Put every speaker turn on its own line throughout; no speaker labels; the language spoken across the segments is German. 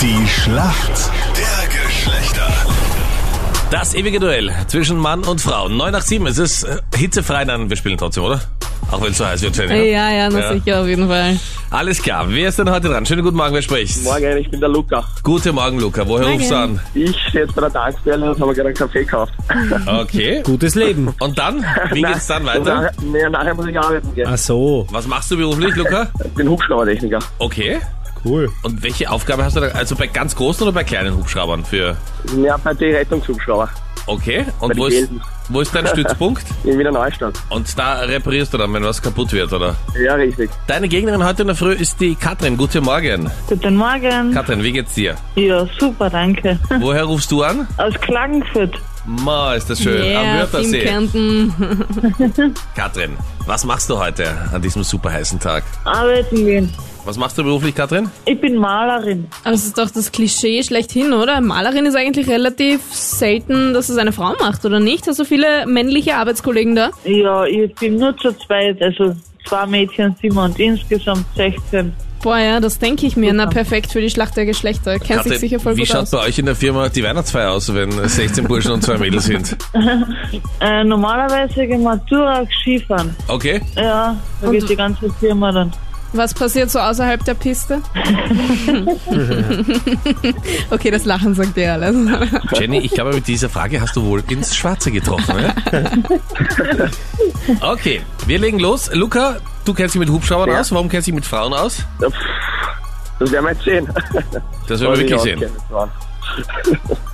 Die Schlacht der Geschlechter.
Das ewige Duell zwischen Mann und Frau. 9 nach 7 es ist äh, hitzefrei, dann wir spielen trotzdem, oder? Auch wenn es so heiß wird, Jenny.
Ja, ja, na
Ja.
sicher, auf jeden Fall.
Alles klar, wer ist denn heute dran? Schönen guten Morgen, wer spricht?
Morgen, ich bin der Luca.
Guten Morgen, Luca. Woher
Morgen.
rufst du an?
Ich stehe jetzt bei der Tankstelle und habe mir gerade einen Kaffee gekauft.
Okay.
Gutes Leben.
Und dann? Wie geht's dann weiter? Ah.
Nach, nee, nachher muss ich arbeiten gehen.
Ach so,
Was machst du beruflich, Luca?
Ich bin Hubschraubertechniker.
Okay.
cool.
Und welche Aufgabe hast du da? Also bei ganz großen oder bei kleinen Hubschraubern? Für.
Ja, bei den Rettungshubschrauber
Okay. Und
Bei
wo
den
ist,
gelben.
wo ist dein Stützpunkt?
in Wiener Neustadt.
Und da reparierst du dann, wenn was kaputt wird, oder?
Ja, richtig.
Deine Gegnerin heute in der Früh ist die Katrin. Guten Morgen.
Guten Morgen.
Katrin, wie geht's dir?
Ja, super, danke.
Woher rufst du an?
Aus Klagenfurt.
Ma, ist das schön. Am
Yeah, Team
Wörthersee.
Kärnten.
Katrin, was machst du heute an diesem super heißen Tag?
Arbeiten gehen.
Was machst du beruflich, Katrin?
Ich bin Malerin.
Aber es ist doch das Klischee schlechthin, oder? Malerin ist eigentlich relativ selten, dass es eine Frau macht, oder nicht? Hast du viele männliche Arbeitskollegen da?
Ja, ich bin nur zu zweit, also zwei Mädchen sind wir und insgesamt 16.
Boah, ja, das denke ich mir. Na, perfekt für die Schlacht der Geschlechter. Kennt sich sicher voll
wie
gut
schaut
aus.
bei euch in der Firma die Weihnachtsfeier aus, wenn 16 Burschen und zwei Mädels sind?
Äh, normalerweise gehen wir Durak Skifahren.
Okay,
Ja, da
Und-
geht die ganze Firma dann.
Was passiert so außerhalb der Piste? okay, das Lachen sagt ihr alles.
Jenny, ich glaube, mit dieser Frage hast du wohl ins Schwarze getroffen, ne? Okay, wir legen los. Luca, du kennst dich mit Hubschraubern
Ja.
aus. Warum kennst du dich mit Frauen aus?
Ja, pff, Das werden wir jetzt sehen.
Das werden wir wirklich
genau.
sehen.
sehen.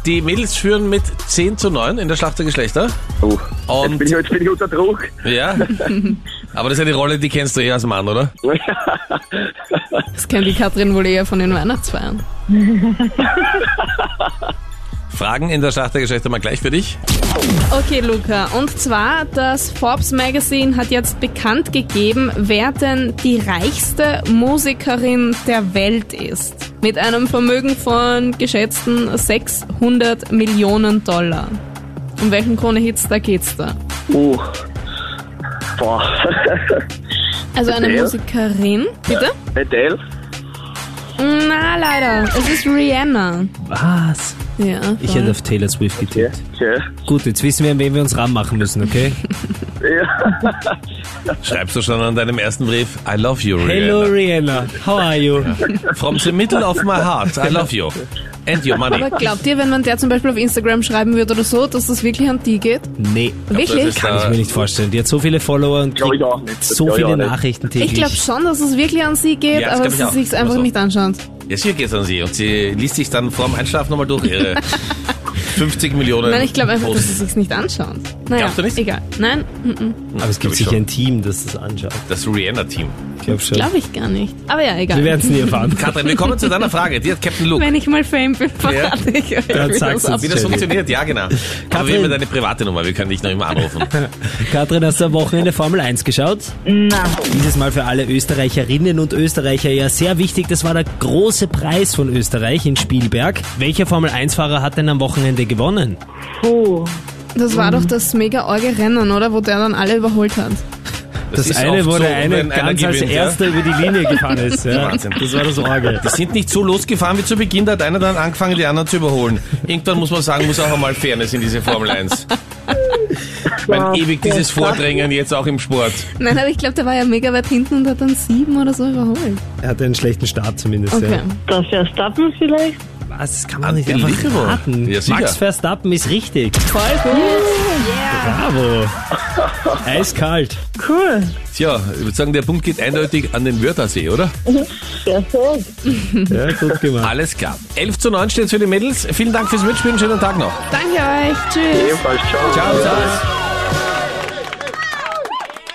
Die Mädels führen mit 10 zu 9 in der Schlacht der Geschlechter.
Oh,
Und-
jetzt, bin ich, jetzt bin ich unter Druck.
Ja. Aber das ist eine Rolle, die kennst du eher als Mann, oder?
Das kennt die Katrin wohl eher von den Weihnachtsfeiern.
Fragen in der Schlacht der Geschlechter mal gleich für dich.
Okay, Luca. Und zwar, das Forbes Magazine hat jetzt bekannt gegeben, wer denn die reichste Musikerin der Welt ist. Mit einem Vermögen von geschätzten 600 Millionen Dollar. Um welchen Krone-Hitstar geht's da?
Oh. Boah.
Also eine
Adele?
Musikerin. Bitte?
Adele?
Na, leider. Es ist Rihanna.
Was?
Ja.
Ich
voll.
hätte auf Taylor Swift
Okay.
getippt.
okay.
Gut, jetzt wissen wir, an wen wir uns ranmachen müssen, okay?
Ja.
Schreibst du schon an deinem ersten Brief, I love you, Rihanna.
Hello Rihanna, how are you?
From the middle of my heart, I love you. And your money.
Aber glaubt ihr, wenn man der zum Beispiel auf Instagram schreiben würde oder so, dass das wirklich an die geht?
Nee,
Wirklich?
ist-
kann ich mir nicht vorstellen. Die hat so viele Follower und
Glaub ich
kriegt
auch nicht. Das
so
glaub ich
viele
auch nicht.
Nachrichten
Ich
täglich.
glaube schon, dass es wirklich an sie geht,
Ja, das
aber
glaub ich
dass sie
auch.
sich's einfach
Also.
nicht anschaut.
Jetzt hier geht's an sie und sie liest sich dann vorm Einschlafen nochmal durch ihre 50 Millionen.
Nein, ich glaube einfach, dass sie
Posts.
sich's nicht anschaut. Naja,
Glaubst du nicht?
egal. Nein,
Aber es
glaub
gibt
ich
sicher
schon.
ein Team, das das anschaut.
das Rihanna-Team.
Ich glaube schon.
glaube ich gar nicht. Aber ja,
wir
egal.
werden es nie erfahren.
Katrin, wir kommen zu deiner Frage. Die hat Captain Luke.
Wenn ich mal Fame bin, verrate ich euch.
Dann
wie
sagst
das
du's.
Wie das
Jenny.
funktioniert, ja genau. Aber wir
Katrin.
haben ja deine private Nummer, wir können dich noch immer anrufen.
Katrin, hast du am Wochenende Formel 1 geschaut?
Na,
Dieses Mal für alle Österreicherinnen und Österreicher ja sehr wichtig. Das war der große Preis von Österreich in Spielberg. Welcher Formel 1-Fahrer hat denn am Wochenende gewonnen?
puh.
abgeht. Das war doch das mega orge Rennen, oder? Wo der dann alle überholt hat.
Das,
ist
eine
oft
wurde
so,
eine
wenn einer
ganz als
gewinnt, ja.
erster über die Linie gefahren ist. Ja.
Wahnsinn.
Das war das Orgel.
Die sind nicht so losgefahren wie zu Beginn, da hat einer dann angefangen, die anderen zu überholen. Irgendwann muss man sagen, muss auch einmal Fairness in diese Formel 1. Ich meine, ewig dieses Vordrängen jetzt auch im Sport.
Nein, aber ich glaube, der war ja mega weit hinten und hat dann sieben oder so überholt.
Er hatte einen schlechten Start zumindest.
Okay.
Ja.
Das Verstappen vielleicht?
Was, das kann man nicht einfach
Unbelievable.
raten.
Ja, sicher.
Max Verstappen ist richtig.
Voll gut.
Bravo. Eiskalt.
Cool.
Tja, ich würde sagen, der Punkt geht eindeutig an den Wörthersee, oder?
Sehr schön.
Ja, gut gemacht.
Alles klar. 11 zu 9 steht für die Mädels. Vielen Dank fürs Mitspielen. Schönen Tag noch.
Danke euch. Tschüss.
Ebenfalls. Ciao.
Ciao.